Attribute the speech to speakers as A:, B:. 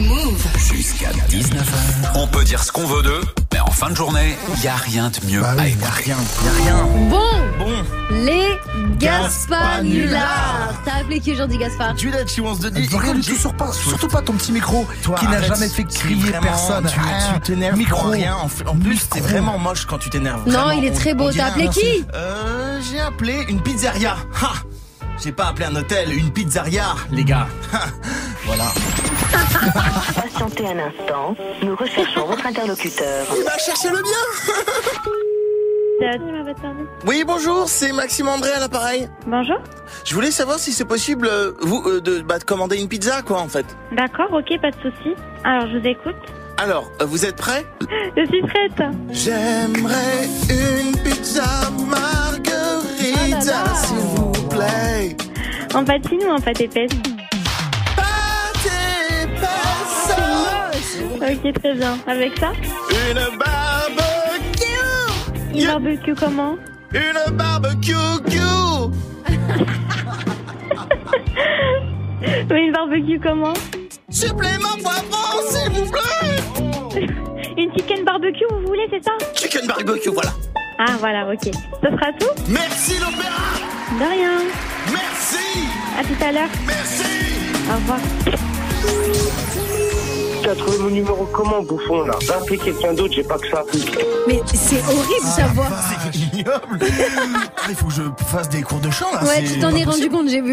A: Move. Jusqu'à 19h.
B: On peut dire ce qu'on veut d'eux, mais en fin de journée, il a rien de mieux
C: Bah
B: à
C: oui.
B: écouter. rien, y a rien.
D: Bon,
C: Bon,
D: les Gaspanulas.
C: Gaspanulas.
D: T'as appelé qui aujourd'hui, Gaspard
C: tu l'as, Chiwans de
E: Il
C: dit.
E: faut rien du tout sur pas, surtout pas ton petit micro
C: Toi,
E: qui n'a
C: arrête,
E: jamais fait
C: c'est
E: crier
C: vraiment-
E: personne.
C: Tu
E: Rien.
C: tu t'énerves pour
E: Micro.
C: rien. En, f- en plus, c'est
E: Micro.
C: vraiment moche quand tu t'énerves.
D: Non,
C: Vraiment,
D: il est
C: on-
D: très
C: on
D: beau.
C: dirait
D: T'as
C: un-
D: appelé qui
C: Euh, j'ai appelé une pizzeria. Ha J'ai pas appelé un hôtel, une pizzeria, les gars. Ha voilà.
F: Patientez un instant, nous recherchons votre interlocuteur.
C: Il va chercher le bien.
G: Bonjour.
C: Oui, bonjour, c'est Maxime André à l'appareil. Je voulais savoir si c'est possible euh, vous euh, de, bah, de commander une pizza, quoi, en fait.
G: D'accord, ok, pas de souci. Alors, je vous écoute.
C: Alors, euh, vous êtes prêts
G: Je suis prête.
C: J'aimerais une pizza
D: Ah là
C: margarita,
D: là.
C: s'il vous plaît.
G: En patine ou en pâte épaisse
C: Pâté épaisse,
G: Ok, très bien. Avec ça
C: une barbecue,
G: Une
C: Yeah.
G: barbecue comment
C: une barbecue.
G: Mais une barbecue comment
C: Supplément poivron, s'il vous plaît.
G: Une chicken barbecue, vous voulez, c'est ça
C: Chicken barbecue, voilà.
G: Ah, voilà, ok. Ça sera tout
C: Merci l'opéra,
G: De rien.
C: merci,
G: À tout à l'heure.
C: merci.
G: Au revoir.
H: T'as trouvé mon numéro comment, bouffon, là Va appeler quelqu'un d'autre, j'ai pas que ça.
D: Mais c'est horrible sa voix.
C: C'est ignoble. Ah, Il faut que je fasse des cours de chant là.
D: Ouais,
C: Ah, c'est
D: tu t'en
C: pas
D: es rendu
C: possible.
D: compte, j'ai vu.